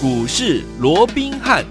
股市罗宾汉。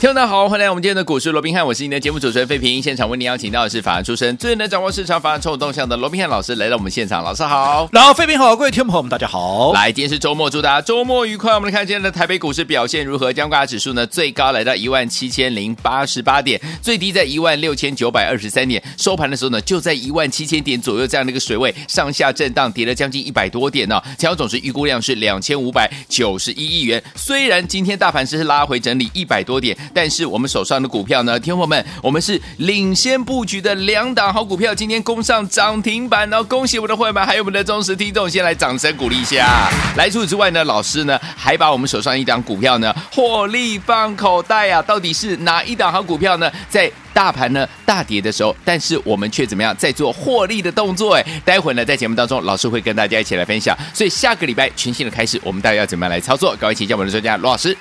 听众大家好，欢迎来我们今天的股市罗宾汉，我是您的节目主持人费平。现场为您邀请到的是法案出身、最能掌握市场法案冲动向的罗宾汉老师来到我们现场，老师好。然后，费平好，各位听众朋友们，大家好。来，今天是周末，祝大家周末愉快。我们来看今天的台北股市表现如何？加挂指数呢，最高来到一万七千零八十八点，最低在一万六千九百二十三点，收盘的时候呢，就在一万七千点左右这样的一个水位，上下震荡，跌了将近一百多点呢、成交总值预估量是两千五百九十一亿元。虽然今天大盘是拉回整理一百多点，但是我们手上的股票呢，听众朋友们，我们是领先布局的两档好股票，今天攻上涨停板哦！恭喜我们的会员们，还有我们的忠实听众，先来掌声鼓励一下。来，除此之外呢，老师呢还把我们手上一档股票呢获利放口袋啊，到底是哪一档好股票呢？在大盘呢大跌的时候，但是我们却怎么样在做获利的动作？哎，待会呢在节目当中，老师会跟大家一起来分享。所以下个礼拜全新的开始，我们到底要怎么样来操作？赶快请教我们的专家罗老师。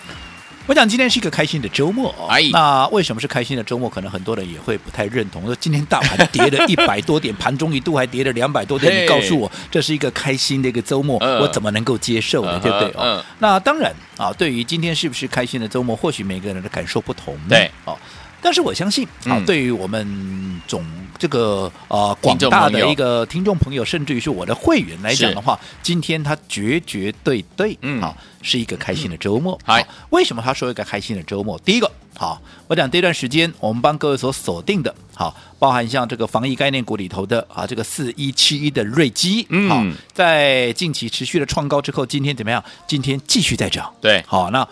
我讲今天是一个开心的周末、哦，哎那为什么是开心的周末？可能很多人也会不太认同，说今天大盘跌 了一百多点，盘中一度还跌了两百多点，嘿你告诉我这是一个开心的一个周末，嗯我怎么能够接受呢？嗯哼对不对？哦，嗯那当然啊，对于今天是不是开心的周末，或许每个人的感受不同，对，哦。但是我相信啊，嗯对于我们总这个呃广听众大朋友的一个听众朋友，甚至于是我的会员来讲的话，今天他绝绝对对，嗯啊，是一个开心的周末。嗨好为什么他说一个开心的周末？第一个，好，我讲这段时间我们帮各位所锁定的，好，包含像这个防疫概念股里头的啊，这个四一七一的瑞基，嗯好，在近期持续的创高之后，今天怎么样？今天继续在涨，对好，那。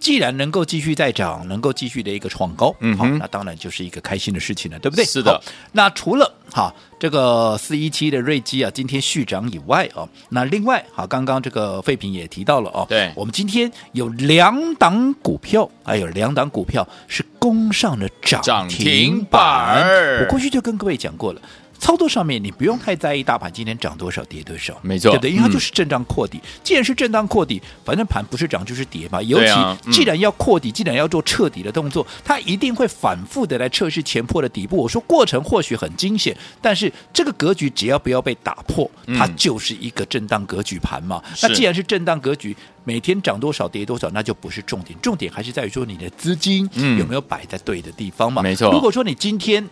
既然能够继续再涨，能够继续的一个创高，嗯好哼，那当然就是一个开心的事情了，对不对？是的好。那除了哈这个四一七的瑞基啊，今天续涨以外哦，那另外哈，刚刚这个废品也提到了哦，对我们今天有两档股票，还有两档股票是攻上了涨涨停停板板。我过去就跟各位讲过了。操作上面你不用太在意大盘今天涨多少跌多少，没错对不对？因为它嗯就是震荡扩底。既然是震荡扩底，反正盘不是涨就是跌嘛。尤对其啊嗯既然要扩底，既然要做彻底的动作，它一定会反复的来测试前破的底部。我说过程或许很惊险，但是这个格局只要不要被打破，嗯它就是一个震荡格局盘嘛。是那既然是震荡格局，每天涨多少跌多少，那就不是重点，重点还是在于说你的资金嗯有没有摆在对的地方嘛。没错如果说你今天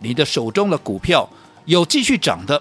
你的手中的股票有继续涨的。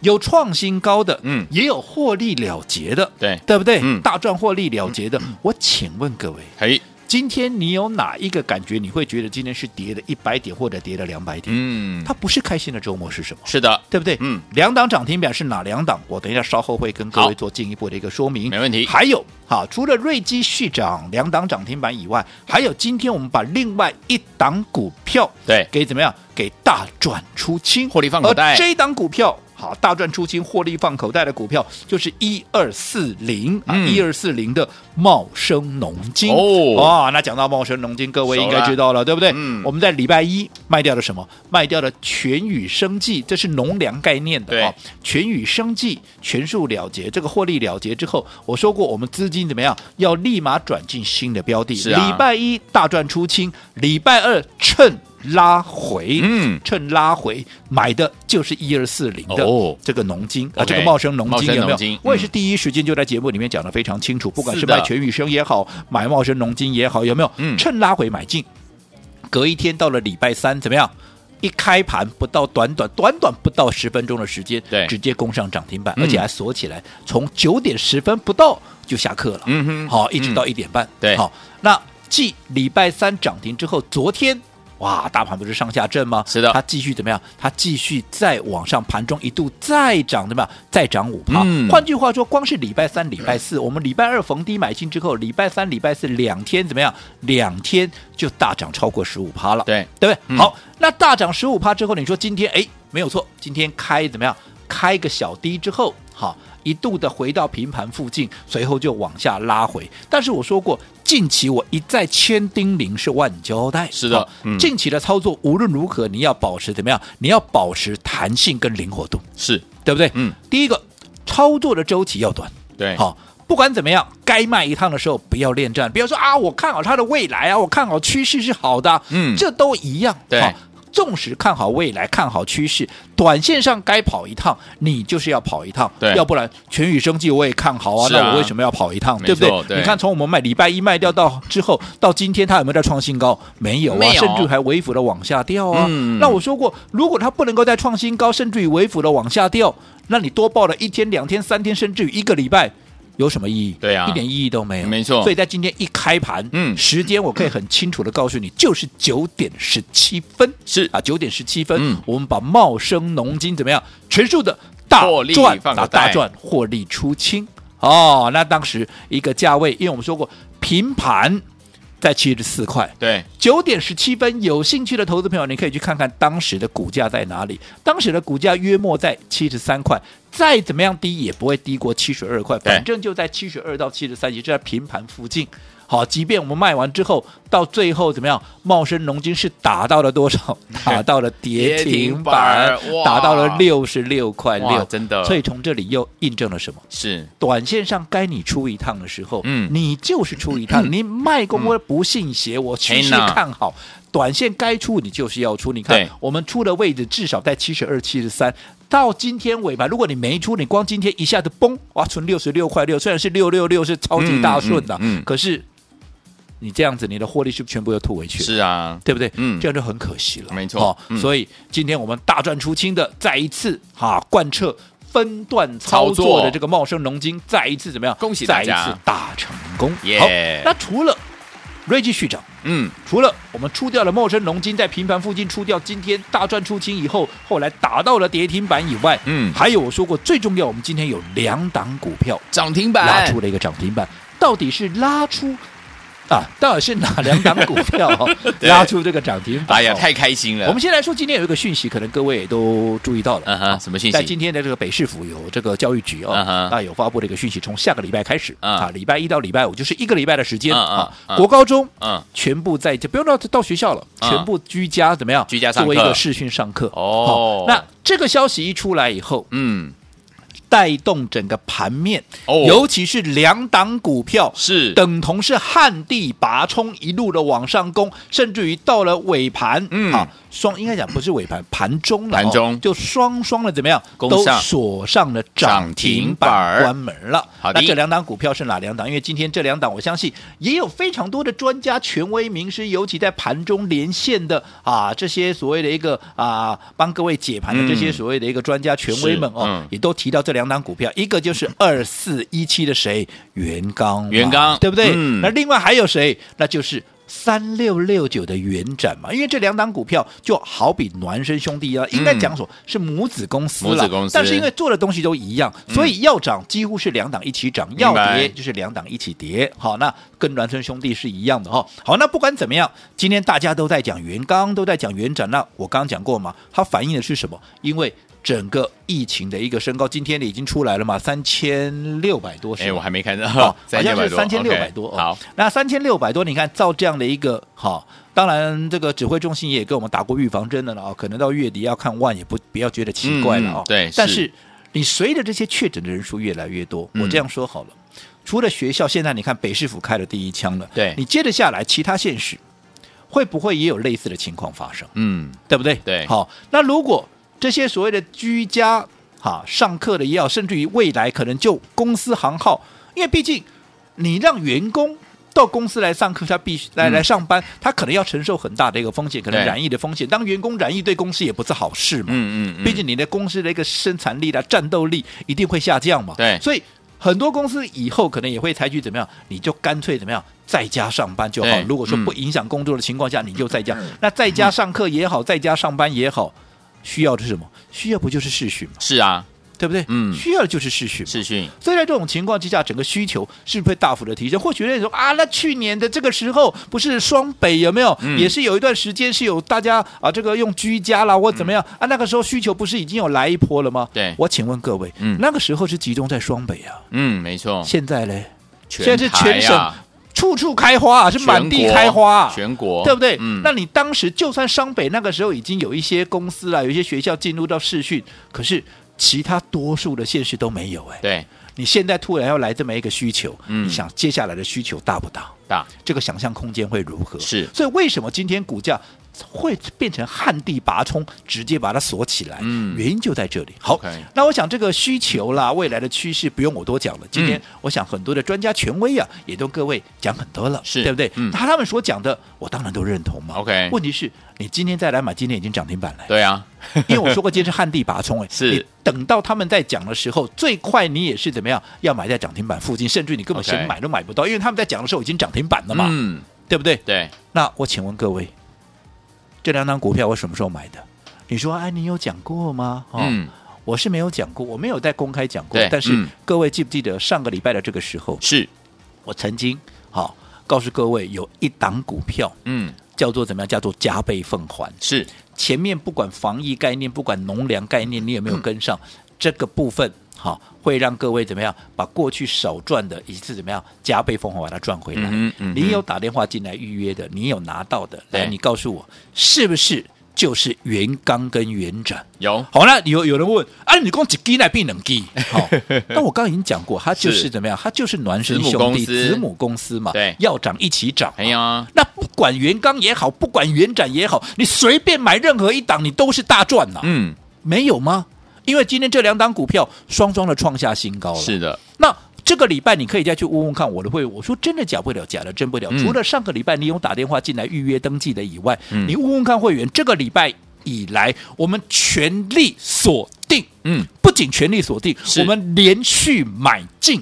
有创新高的，嗯也有获利了结的，对对不对？嗯大赚获利了结的，我请问各位，嘿，今天你有哪一个感觉你会觉得今天是跌了一百点或者跌了两百点？嗯，它不是开心的周末是什么？是的，对不对？嗯，两档涨停板是哪两档？我等一下稍后会跟各好位做进一步的一个说明。没问题还有，好，除了瑞基续涨两档涨停板以外，还有今天我们把另外一档股票对，给怎么样？给大赚出清，获利放口袋而这一档股票。好，大赚出清、获利放口袋的股票就是一二四零啊，嗯一二四零的茂生农金哦啊那讲到茂生农金，各位熟应该了知道了，对不对？嗯我们在礼拜一卖掉了什么？卖掉了全宇生技，这是农粮概念的对啊。全宇生技全数了结，这个获利了结之后，我说过我们资金怎么样，要立马转进新的标的。是啊礼拜一大赚出清，礼拜二趁拉回，嗯趁拉回买的就是一二四零的哦这个农金、啊， OK，这个茂生农茂金生有没有农？金嗯我也是第一时间就在节目里面讲的非常清楚，不管是是的卖全宇生也好，买茂生农金也好，有没有？嗯趁拉回买进，隔一天到了礼拜三怎么样？一开盘不到短短短短不到十分钟的时间，对直接攻上涨停板，嗯而且还锁起来，从九点十分不到就下课了。嗯哼好，一直嗯到一点半。对好，那继礼拜三涨停之后，昨天。哇，大盘不是上下震吗？是的它继续怎么样？它继续再往上，盘中一度再涨，对吧？再涨五趴。嗯换句话说，光是礼拜三、礼拜四，我们礼拜二逢低买进之后，礼拜三、礼拜四两天怎么样？两天就大涨超过十五趴了。对，对不对？嗯好，那大涨十五趴之后，你说今天哎没有错，今天开怎么样？开个小低之后，好一度的回到平盘附近，随后就往下拉回。但是我说过，近期我一再千叮咛是万交代，是的好嗯近期的操作无论如何你要保持怎么样？你要保持弹性跟灵活度，是，对不对？嗯，第一个操作的周期要短，对，好、不管怎么样，该卖一趟的时候不要恋战，不要说啊，我看好它的未来啊，我看好趋势是好的啊、嗯这都一样。对好纵使看好未来、看好趋势，短线上该跑一趟，你就是要跑一趟，对要不然全宇生技我也看好啊，是啊那我为什么要跑一趟，没对不对错？对你看从我们卖礼拜一卖掉到之后，到今天它有没有在创新高？没有啊，没有甚至还微幅的往下掉啊。嗯那我说过，如果它不能够再创新高，甚至于微幅的往下掉，那你多报了一天、两天、三天，甚至于一个礼拜。有什么意义？对啊一点意义都没有。没错所以在今天一开盘，嗯时间我可以很清楚的告诉你，就是九点十七分，是啊，九点十七分，嗯我们把茂生农金怎么样全数的大获利赚放个啊袋大赚获利出清哦。那当时一个价位，因为我们说过平盘在七十四块，对，九点十七分，有兴趣的投资朋友，你可以去看看当时的股价在哪里。当时的股价约莫在七十三块，再怎么样低也不会低过七十二块，对反正就在七十二到七十三，也就在平盘附近。好，即便我们卖完之后，到最后怎么样？茂生农金是打到了多少？ 打到了跌停板跌停板哇，打到了六十六块哇六，真的所以从这里又印证了什么？是短线上该你出一趟的时候，嗯你就是出一趟，你卖过我不信邪，我趋势嘿呐看好。短线该出你就是要出，你看对我们出的位置至少在七十二、七十三，到今天尾盘，如果你没出，你光今天一下子崩，哇，存六十六块六，虽然是六六六是超级大顺的、嗯嗯嗯可是你这样子，你的获利是不是全部又吐回去了？是啊，对不对？嗯这样就很可惜了，没错嗯所以今天我们大赚出清的，再一次哈、贯彻分段操操作作的这个茂盛农金，再一次怎么样？恭喜大再一家次大成功。耶好，那除了瑞吉续涨。嗯，除了我们出掉了茂盛农金在平盘附近出掉，今天大赚出清以后，后来打到了跌停板以外，嗯还有我说过最重要，我们今天有两档股票涨停拉板出了一个涨停板，到底是拉出 啊？到底是哪两档股票、哦、对拉出这个涨停板、哦？哎呀，太开心了。我们先来说，今天有一个讯息，可能各位也都注意到了。嗯哼，什么信在息？今天的这个北市府有这个教育局哦嗯哼，那有发布了一个讯息，从下个礼拜开始嗯啊，礼拜一到礼拜五就是一个礼拜的时间嗯嗯啊嗯，国高中嗯，全部在家，不用到到学校了，嗯全部居家怎么样？居家上课作为一个视讯上课哦好那这个消息一出来以后，嗯，带动整个盘面，哦尤其是两档股票是等同是旱地拔葱，一路的往上攻，甚至于到了尾盘，嗯啊，双应该讲不是尾盘，盘中了哦，盘中就双双的怎么样，攻都上锁上了涨停涨停板板，关门了。好的那这两档股票是哪两档？因为今天这两档，我相信也有非常多的专家、权威名师，尤其在盘中连线的啊，这些所谓的一个啊，帮各位解盘的这些嗯所谓的一个专家、权威们哦，是嗯也都提到这两档股票，一个就是二四一七的谁，元刚嘛，元刚对不对？嗯那另外还有谁？那就是。三六六九的元展嘛，因为这两档股票就好比孪生兄弟啊，应该讲说是母子公司了。嗯母子公司嗯但是因为做的东西都一样，所以要涨几乎是两档一起涨，白要跌就是两档一起跌。好，那跟孪生兄弟是一样的哈、哦。好，那不管怎么样，今天大家都在讲元刚，都在讲元展，那我刚刚讲过嘛，它反映的是什么？因为整个疫情的一个升高，今天已经出来了嘛，三千六百多是吧哎，我还没看到， 好，好像3600是多三千六百 OK，多。哦好，，那三千六百多，你看照这样的一个好，当然这个指挥中心也给我们打过预防针的了哦，可能到月底要看万，也不不要觉得奇怪了嗯哦嗯。对但是是你随着这些确诊的人数越来越多，嗯我这样说好了，除了学校，现在你看北市府开了第一枪了，对你接着下来其他县市会不会也有类似的情况发生？嗯，对不对？对好，那如果这些所谓的居家哈、上课的也好，甚至于未来可能就公司行号，因为毕竟你让员工。到公司来上课，他必须来嗯来上班，他可能要承受很大的一个风险，可能对染疫的风险。当员工染疫，对公司也不是好事嘛。嗯嗯，毕竟你的公司的一个生产力啦、战斗力一定会下降嘛。对所以很多公司以后可能也会采取怎么样，你就干脆怎么样在家上班就好对。嗯如果说不影响工作的情况下，你就在家。那在家上课也好，在家上班也好，需要的是什么？需要不就是视讯嘛，是啊，对不对？嗯需要的就是视讯嘛。视讯所以在这种情况之下，整个需求是不是会大幅的提升？或许有人说啊，那去年的这个时候不是双北有没有？嗯也是有一段时间是有大家啊，这个用居家啦或怎么样、啊，那个时候需求不是已经有来一波了吗？对我请问各位，嗯那个时候是集中在双北啊，嗯，没错，现在嘞，全现在是全台省啊处处开花、啊，是满地开花、啊。全国对不对？嗯，那你当时就算双北那个时候已经有一些公司啊，有一些学校进入到试训，可是其他多数的县市都没有哎、对你现在突然要来这么一个需求，嗯你想接下来的需求大不大？大这个想象空间会如何？是所以为什么今天股价会变成旱地拔葱，直接把它锁起来。嗯原因就在这里。好 OK 那我想这个需求啦，未来的趋势不用我多讲嗯了。今天我想很多的专家权威啊，也都各位讲很多了，是对不对？嗯他他们所讲的，我当然都认同嘛。 OK 问题是你今天再来买，今天已经涨停板了。对啊，因为我说过今天是旱地拔葱，哎，是你等到他们在讲的时候，最快你也是怎么样，要买在涨停板附近，甚至你根本 OK 想买都买不到，因为他们在讲的时候已经涨停板了嘛，嗯，对不对？对，那我请问各位，这两档股票我什么时候买的？你说，哎，你有讲过吗？哦、嗯，我是没有讲过，我没有在公开讲过对。但是、嗯各位记不记得上个礼拜的这个时候，是，我曾经好、告诉各位有一档股票嗯，叫做怎么样？叫做加倍奉还。是，前面不管防疫概念，不管农粮概念，你有没有嗯跟上、这个部分？好，会让各位怎么样把过去少赚的一次怎么样加倍奉还把它赚回来？嗯哼嗯哼你有打电话进来预约的，你有拿到的，来，对你告诉我是不是就是原钢跟原展？有，好，那有有人问，啊，你光只鸡来变冷 鸡？好，那我刚刚已经讲过，它就是是怎么样？它就是孪生子母兄弟公司子母公司嘛，对要涨一起涨嘛。哎呀，那不管原钢也好，不管原展也好，你随便买任何一档，你都是大赚呐、嗯，没有吗？因为今天这两档股票双双的创下新高了。是的，那这个礼拜你可以再去问问看我的会员，我说真的假不了，假的真不了。嗯除了上个礼拜你有打电话进来预约登记的以外，嗯你问问看会员，这个礼拜以来我们全力锁定，嗯，不仅全力锁定，是我们连续买进，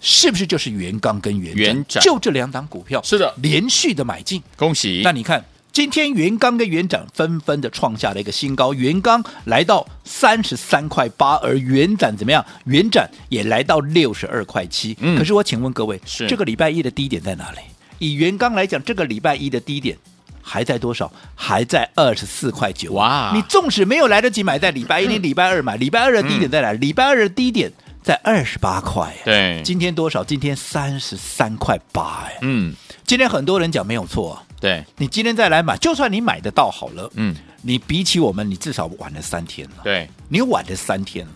是不是就是原钢跟原原展就这两档股票是的连续的买进。恭喜那，你看，今天元刚跟元展纷纷的创下了一个新高，元刚来到三十三块八，而元展怎么样？元展也来到六十二块七。嗯可是我请问各位，是这个礼拜一的低点在哪里？以元刚来讲，这个礼拜一的低点。还在多少？还在二十四块九。哇你纵使没有来得及买在礼 拜一，你礼拜二买，礼拜二的低点在哪？礼拜二的低点在二十八块。嗯对今天多少？今天三十三块八。哎，嗯，今天很多人讲没有错、啊，对，你今天再来买，就算你买得到好了，嗯，你比起我们，你至少晚了三天了，对，你晚了三天了。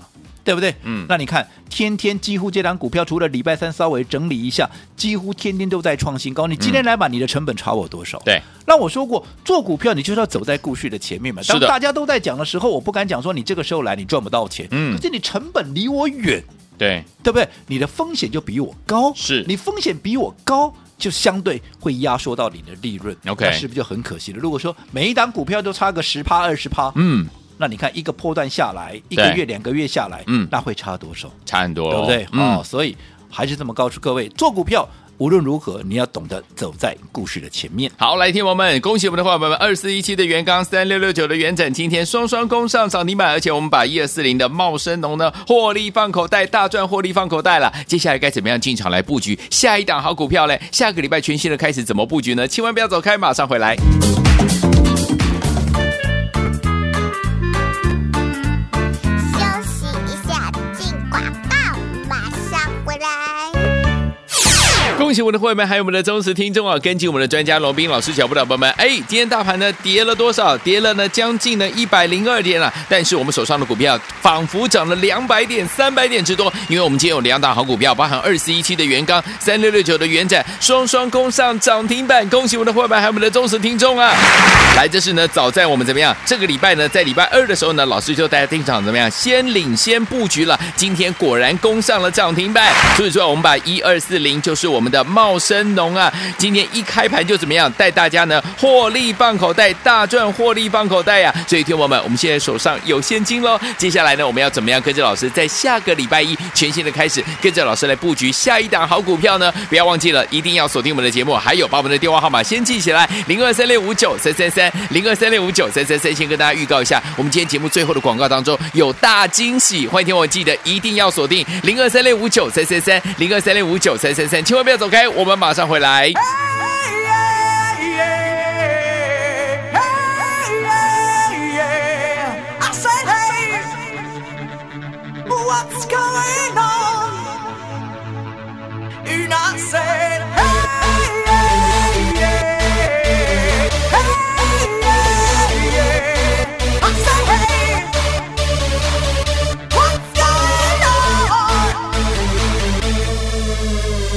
对不对？嗯那你看，天天几乎这档股票，除了礼拜三稍微整理一下，几乎天天都在创新高。你今天来买，你的成本差我多少？对，那我说过，做股票你就是要走在故事的前面嘛。是当的大家都在讲的时候，我不敢讲说你这个时候来你赚不到钱，嗯可是你成本离我远，对，对不对？你的风险就比我高，是你风险比我高，就相对会压缩到你的利润。 OK 那是不是就很可惜了？如果说每一档股票都差个十趴二十趴，嗯，那你看一个波段下来，一个月两个月下来，嗯那会差多少？差很多对咯，不对？哦，嗯，所以还是这么告诉各位，做股票无论如何，你要懂得走在故事的前面。好，来，听我们，恭喜我们的伙伴们，二四一七的元刚，三六六九的元整，今天双双攻上涨停板，而且我们把一二四零的茂生农呢获利放口袋，大赚获利放口袋了。接下来该怎么样进场来布局下一档好股票嘞？下个礼拜全新的开始怎么布局呢？千万不要走开，马上回来。休息一下，进广告，马上回来。 恭喜我们的会员们，还有我们的忠实听众啊！跟进我们的专家龙斌老师脚步的宝宝们，哎，今天大盘呢跌了多少？跌了呢将近呢一百零二点了、但是我们手上的股票仿佛涨了两百点、三百点之多，因为我们今天有两档好股票，包含二四一七的元刚、三六六九的元展，双双攻上涨停板。恭喜我们的会员们，还有我们的忠实听众啊！来，这是呢，早在我们怎么样？这个礼拜呢，在礼拜二的时候呢，老师就带大家进场怎么样？先领先布局了。今天果然攻上了涨停板。除此之外，我们把一二四零就是我们的茂生农啊，今天一开盘就怎么样？带大家呢获利放口袋，大赚获利放口袋呀、啊所以，听我们，我们现在手上有现金喽。接下来呢，我们要怎么样跟着老师在下个礼拜一全新的开始，跟着老师来布局下一档好股票呢？不要忘记了，一定要锁定我们的节目，还有把我们的电话号码先记起来，零二三六五九三三三，零二三六五九三三三。先跟大家预告一下，我们今天节目最后的广告当中有大惊喜，欢迎听我记得一定要锁定零二三六五九三三三，零二三六五九三三三，千万不要走开，我们马上回来。 I said, hey, what's going on? And I said, hey, yeah, yeah. I said, hey, what's going on? 休息一下，进广告，马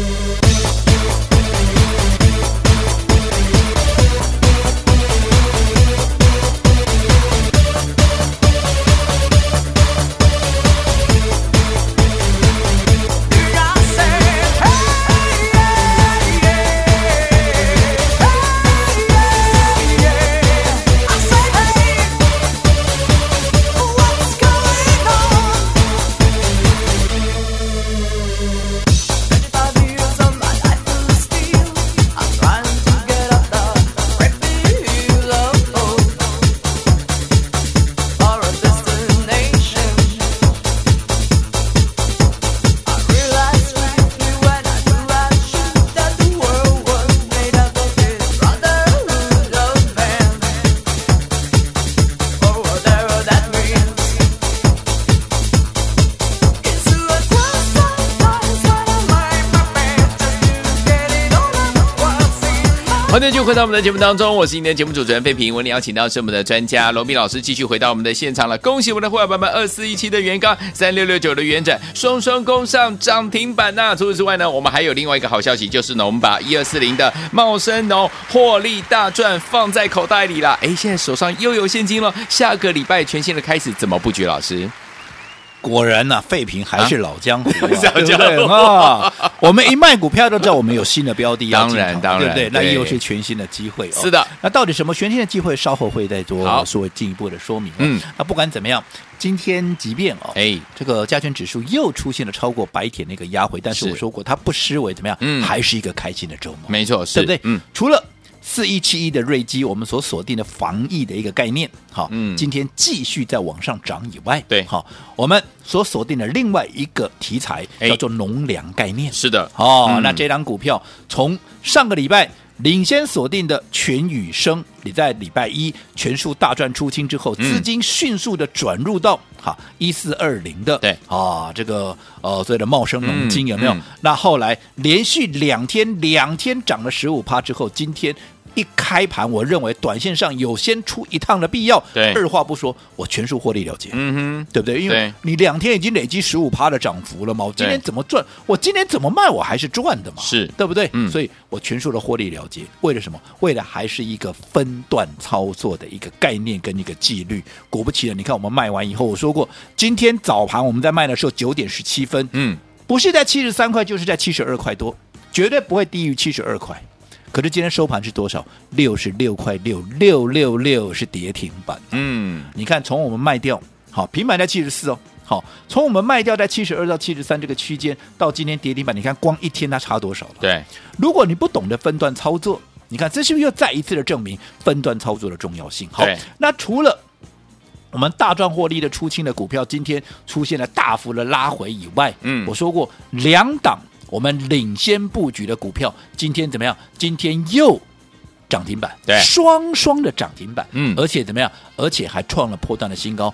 上回来。Oh, 欢迎继续回到我们的节目当中，我是今天的节目主持人费平。我们邀请到是我们的专家罗斌老师，继续回到我们的现场了。恭喜我们的会员朋友们，二四一七的元刚，三六六九的元展，双双攻上涨停板呐、除此之外呢，我们还有另外一个好消息，就是呢，我们把一二四零的茂生农获利大赚放在口袋里啦。哎，现在手上又有现金了，下个礼拜全新的开始，怎么布局？老师，果然呢、废品还是老 江湖、啊，是老对不江湖对啊？我们一卖股票都知道我们有新的标的要当进然场当然对不对？那对又是全新的机会、哦，是的。那到底什么全新的机会，稍后会再好做说进一步的说明、哦嗯，那不管怎么样，今天即便哦，哎这个加权指数又出现了超过白铁那个压回，但是是我说过它不失为怎么样，嗯还是一个开心的周末。没错，是对不对？嗯，除了四一七一的瑞基，我们所锁定的防疫的一个概念，好，嗯今天继续在往上涨以外，对好，我们所锁定的另外一个题材哎叫做农粮概念，是的，哦，嗯那这档股票从上个礼拜领先锁定的全宇生，你在礼拜一全数大赚出清之后，嗯资金迅速的转入到哈一四二零的对啊这个呃所谓的茂生农金嗯有没有？嗯那后来连续两天两天涨了十五趴之后，今天。一开盘，我认为短线上有先出一趟的必要。对二话不说，我全数获利了结。嗯哼，对不对？因对为你两天已经累积十五趴的涨幅了嘛，我今天怎么赚？我今天怎么卖？我还是赚的嘛，是对不对？嗯所以我全数的获利了结，为了什么？为了还是一个分段操作的一个概念跟一个纪律。果不其然，你看我们卖完以后，我说过，今天早盘我们在卖的时候九点十七分，嗯，不是在七十三块，就是在七十二块多，绝对不会低于七十二块。可是今天收盘是多少？六十六块六，六六六是跌停板。嗯，你看，从我们卖掉，好，平板在七十四哦，好，从我们卖掉在七十二到七十三这个区间，到今天跌停板，你看光一天它差多少了？，对，如果你不懂得分段操作，你看这是不是又再一次的证明分段操作的重要性？好对，那除了。我们大赚获利的出清的股票，今天出现了大幅的拉回以外，嗯我说过两档我们领先布局的股票，今天怎么样？今天又涨停板，对双双的涨停板，嗯而且怎么样？而且还创了破断的新高。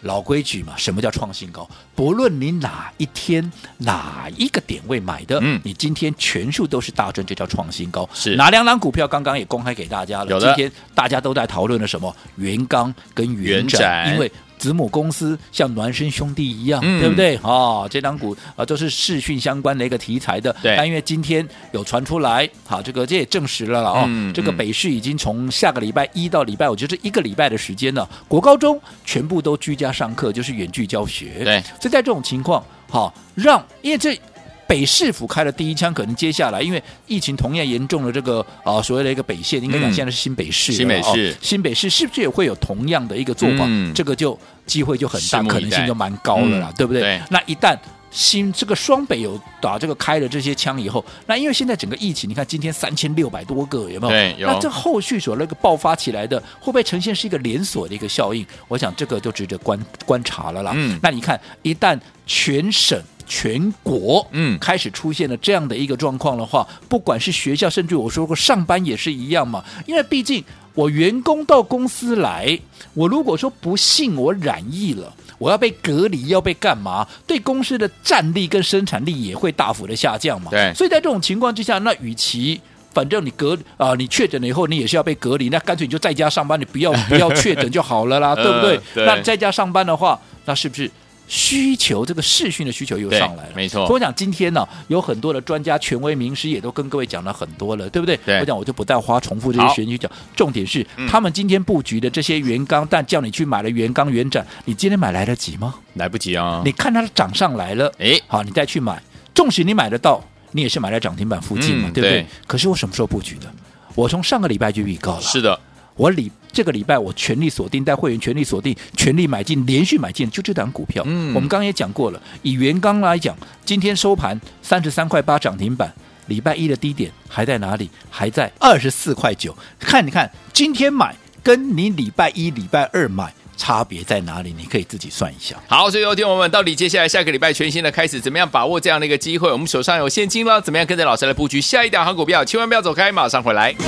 老规矩嘛，什么叫创新高？不论你哪一天哪一个点位买的，嗯你今天全数都是大赚，这叫创新高。是哪两档股票？刚刚也公开给大家了。有的今天大家都在讨论的什么？元刚跟元元展展，因为子母公司像孪生兄弟一样，嗯对不对？哦，这档股啊、呃都是视讯相关的一个题材的。对但因为今天有传出来，好，这个这也证实了了哦。嗯这个嗯北市已经从下个礼拜一到礼拜，我觉得这一个礼拜的时间呢，国高中全部都居家上课，就是远距教学。对所以在这种情况，好、让因为这。北市府开了第一枪，可能接下来因为疫情同样严重的这个啊、呃所谓的一个北县，应该讲嗯现在是新北市了、新北市哦新北市是不是也会有同样的一个做法？嗯这个就机会就很拭大，目以待可能性就蛮高了啦，嗯对不对？对那一旦新这个双北有打这个开了这些枪以后，那因为现在整个疫情，你看今天三千六百多个，有没有？对有那这后续所那个爆发起来的，会不会呈现是一个连锁的一个效应？我想这个就值得观观察了啦。嗯那你看，一旦全省。全国嗯开始出现了这样的一个状况的话，不管是学校，甚至我说过上班也是一样嘛，因为毕竟我员工到公司来，我如果说不幸我染疫了，我要被隔离，要被干嘛？对公司的战力跟生产力也会大幅的下降嘛。对所以在这种情况之下，那与其反正你隔啊、你确诊了以后，你也是要被隔离，那干脆你就在家上班，你不要 不要确诊就好了啦，对不对？ 嗯对那在家上班的话，那是不是需求这个视讯的需求又对上来了？没错所以我讲今天呢、有很多的专家、权威名师也都跟各位讲了很多了，对不对？对我讲我就不再花重复这些好嗯学去讲，重点是、他们今天布局的这些原钢，但叫你去买了原钢原展，你今天买来得及吗？来不及啊、你看它涨上来了，哎好，你再去买，纵使你买得到，你也是买在涨停板附近嘛，嗯对不对？对可是我什么时候布局的？我从上个礼拜就预告了，是的，我礼这个礼拜我全力锁定，带会员全力锁定，全力买进，连续买进，就这档股票。嗯我们刚刚也讲过了，以元刚来讲，今天收盘三十三块八涨停板，礼拜一的低点还在哪里？还在二十四块九。看，你看今天买跟你礼拜一、礼拜二买差别在哪里？你可以自己算一下。好，所以有听我们到底接下来下个礼拜全新的开始，怎么样把握这样的一个机会？我们手上有现金了，怎么样跟着老师来布局下一档好股票？千万不要走开，马上回来。休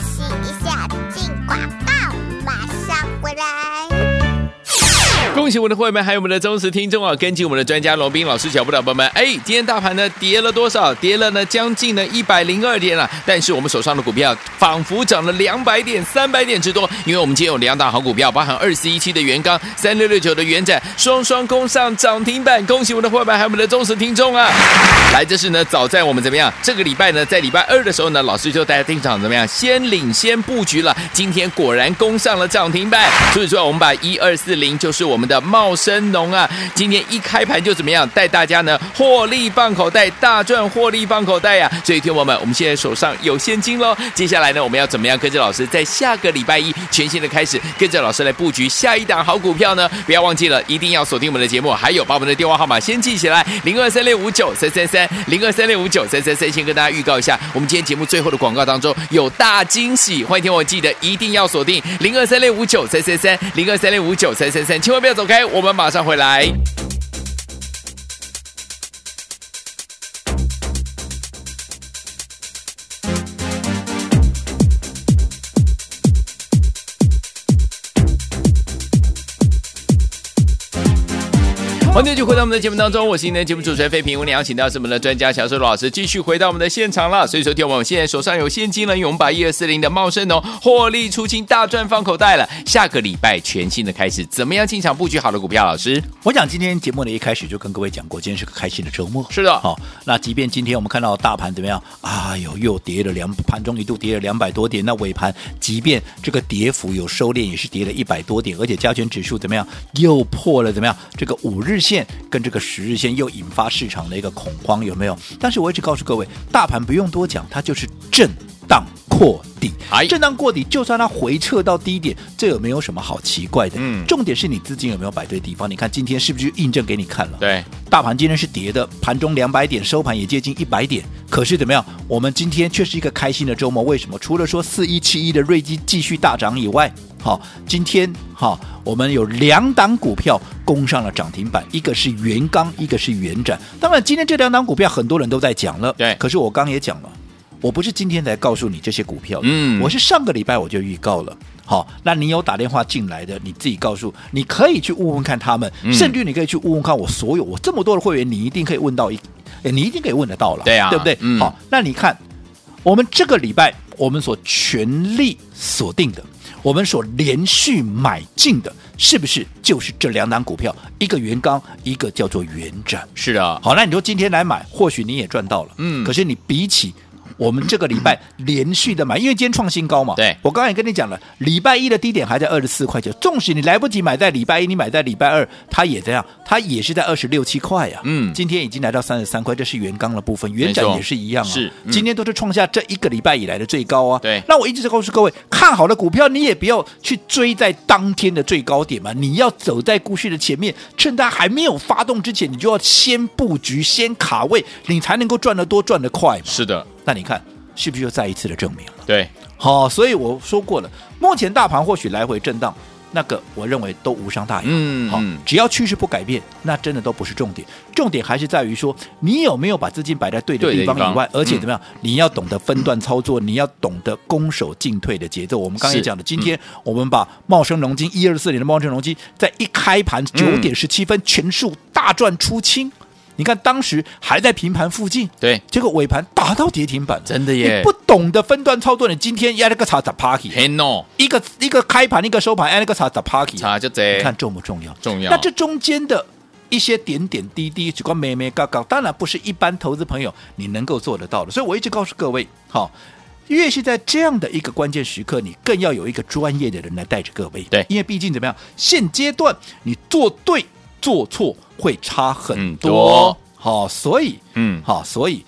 息一下，进广告，马上回来。恭喜我们的会员们，还有我们的忠实听众啊！根据我们的专家罗斌老师脚步的朋友们，哎，今天大盘呢跌了多少？跌了呢将近呢一百零二点了、但是我们手上的股票仿佛涨了两百点、三百点之多，因为我们今天有两档好股票，包含二四一七的元刚、三六六九的元展，双双攻上涨停板。恭喜我们的会员们，还有我们的忠实听众啊！来，这是呢，早在我们怎么样？这个礼拜呢，在礼拜二的时候呢，老师就带大家进场怎么样？先领先布局了。今天果然攻上了涨停板。除此之外，我们把一二四零就是我们的茂生农啊，今天一开盘就怎么样？带大家呢获利放口袋，大赚获利放口袋呀、所以，听友们，我们现在手上有现金喽。接下来呢，我们要怎么样跟着老师在下个礼拜一全新的开始，跟着老师来布局下一档好股票呢？不要忘记了，一定要锁定我们的节目，还有把我们的电话号码先记起来，零二三六五九三三三，零二三六五九三三三。先跟大家预告一下，我们今天节目最后的广告当中有大惊喜，欢迎听我记得一定要锁定零二三六五九三三三，零二三六五九三三三，千万不要走开，我们马上回来。欢迎继续回到我们的节目当中，我是今天的节目主持人费平。我们邀请到是我们的专家小树老师，继续回到我们的现场了。所以说，听我们现在手上有现金了，因为我们把一二四零的茂盛哦获利出清，大赚放口袋了。下个礼拜全新的开始，怎么样进场布局好的股票？老师，我想今天节目呢一开始就跟各位讲过，今天是个开心的周末。是的好、那即便今天我们看到大盘怎么样，哎呦，又跌了两，盘中一度跌了两百多点，那尾盘即便这个跌幅有收敛，也是跌了一百多点，而且加权指数怎么样，又破了怎么样这个五日线跟这个十日线，又引发市场的一个恐慌，有没有？但是我一直告诉各位，大盘不用多讲，它就是震荡扩底哎，震荡过底，就算它回撤到低点，这有没有什么好奇怪的？嗯重点是你资金有没有摆对地方。你看今天是不是就印证给你看了？对，大盘今天是跌的，盘中两百点，收盘也接近一百点。可是怎么样？我们今天却是一个开心的周末。为什么？除了说四一七一的瑞基继续大涨以外，好、今天好、我们有两档股票攻上了涨停板，一个是元刚，一个是元展。当然，今天这两档股票很多人都在讲了，对可是我刚也讲了。我不是今天才告诉你这些股票的，嗯我是上个礼拜我就预告了。好，那你有打电话进来的，你自己告诉，你可以去问问看他们，嗯甚至你可以去问问看我所有我这么多的会员，你一定可以问到一，哎你一定可以问得到了，对啊对不对？嗯好，那你看我们这个礼拜我们所全力锁定的，我们所连续买进的，是不是就是这两档股票，一个元刚，一个叫做元展？是的，好，那你说今天来买，或许你也赚到了，啊嗯可是你比起。我们这个礼拜连续的买，因为今天创新高嘛。对我刚才也跟你讲了，礼拜一的低点还在二十四块九，纵使你来不及买在礼拜一，你买在礼拜二，它也这样，它也是在二十六七块呀、嗯今天已经来到三十三块，这是原钢的部分，原展没错也是一样啊。是嗯今天都是创下这一个礼拜以来的最高啊。对那我一直在告诉各位，看好的股票你也不要去追在当天的最高点嘛，你要走在故事的前面，趁它还没有发动之前，你就要先布局、先卡位，你才能够赚得多、赚得快嘛。是的，那你看是不是又再一次的证明了？对，好、所以我说过了，目前大盘或许来回震荡，那个我认为都无伤大雅。嗯好、嗯只要趋势不改变，那真的都不是重点，重点还是在于说你有没有把资金摆在对的对的地方地方以外，而且嗯怎么样，你要懂得分段操作，你要懂得攻守进退的节奏。我们刚才也是嗯讲了，今天我们把茂生农金一二四零的茂生农金在一开嗯盘九点十七分全数大赚出清。你看，当时还在平盘附近，对，结果尾盘打到跌停板，真的耶你不懂得分段操作，你今天压了个叉咋 party，嘿 no，一个一个开盘，一个收盘，哎压了个叉咋 party，哦差就这你，看重不重要？重要那这中间的一些点点滴滴，只管咩咩嘎嘎，当然不是一般投资朋友你能够做得到的。所以我一直告诉各位，好、越是在这样的一个关键时刻，你更要有一个专业的人来带着各位。对因为毕竟怎么样，现阶段你做对做错会差很嗯多多。好、所以嗯好、所以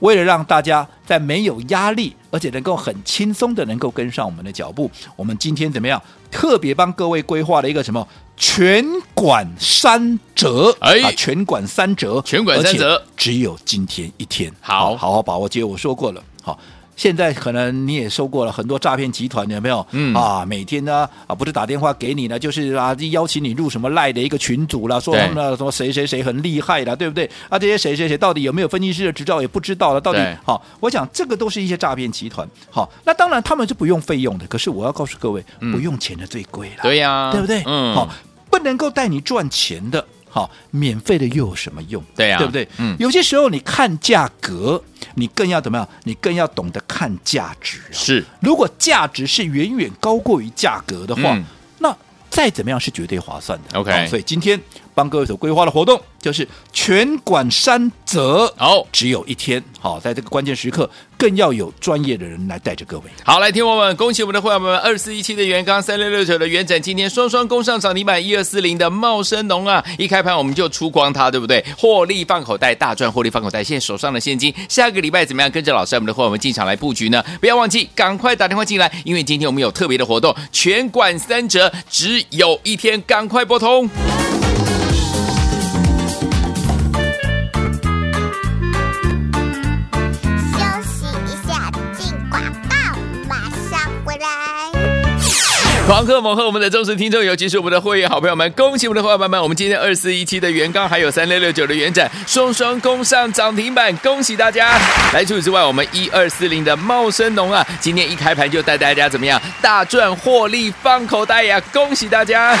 为了让大家在没有压力，而且能够很轻松的能够跟上我们的脚步，我们今天怎么样？特别帮各位规划了一个什么全馆三折，哎啊，全馆三折，全馆三折，只有今天一天，好好好把握。记得我说过了，好。现在可能你也收过了很多诈骗集团，有没有？嗯啊，每天呢啊，不是打电话给你呢，就是啊邀请你入什么赖的一个群组啦，说对他们的什么谁谁谁很厉害啦，对不对？啊，这些谁谁谁到底有没有分析师的执照也不知道了，到对底好，我想这个都是一些诈骗集团。好，那当然他们是不用费用的，可是我要告诉各位，不用钱的最贵了。嗯对呀对不对？嗯好，笨能够带你赚钱的，好，免费的又有什么用？对啊对不对？嗯有些时候你看价格，你更要怎么样？你更要懂得看价值、啊。是如果价值是远远高过于价格的话，嗯那再怎么样是绝对划算的。 OK 好所以今天帮各位所规划的活动就是全馆三折，好只有一天。好，在这个关键时刻，更要有专业的人来带着各位。好，来，听我们，恭喜我们的会员们，二四一七的元刚，三六六九的元展，今天双双攻上涨停板，一二四零的茂生农啊，一开盘我们就出光它，对不对？获利放口袋，大赚获利放口袋，现在手上的现金，下个礼拜怎么样跟着老师我们的会员们进场来布局呢？不要忘记，赶快打电话进来，因为今天我们有特别的活动，全馆三折，只有一天，赶快拨通。休息一下，进广告，马上回来。 狂贺猛贺我们的忠实听众，尤其是我们的会员好朋友们，恭喜我们的伙伴们！我们今天二四一七的元刚，还有三六六九的元展，双双攻上涨停板，恭喜大家！来，除此之外，我们一二四零的茂生农啊，今天一开盘就带大家怎么样大赚获利放口袋呀、恭喜大家！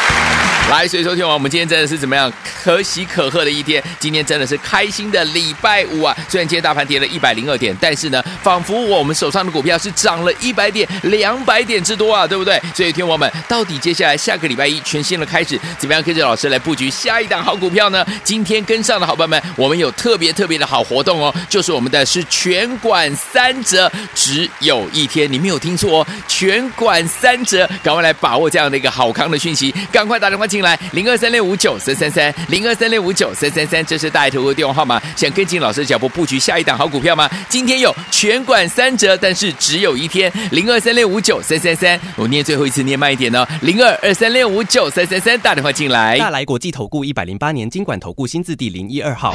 来，所以说听完我们今天真的是怎么样，可喜可贺的一天。今天真的是开心的礼拜五啊！虽然今天大盘跌了一百零二点，但是呢，仿佛我们手上的股票是涨了一百点、两百点之多啊，对不对？所以听我们，到底接下来下个礼拜一全新的开始，怎么样跟着老师来布局下一档好股票呢？今天跟上的好朋友们，我们有特别特别的好活动哦，就是我们的是全馆三折，只有一天，你没有听错哦，全馆三折，赶快来把握这样的一个好康的讯息，赶快打电话进来，零二三六五九三三三，零二三六五九三三三，这是大爱投资的电话号码。想跟进老师的脚步布局下一档好股票吗？今天有全馆三折，但是只有一天，零二三六五九三三三，我念最后一次，念慢一点哦，零二二三六五九三三三，打电话进来。大来国际投顾一百零八年经管投顾新字第零一二号。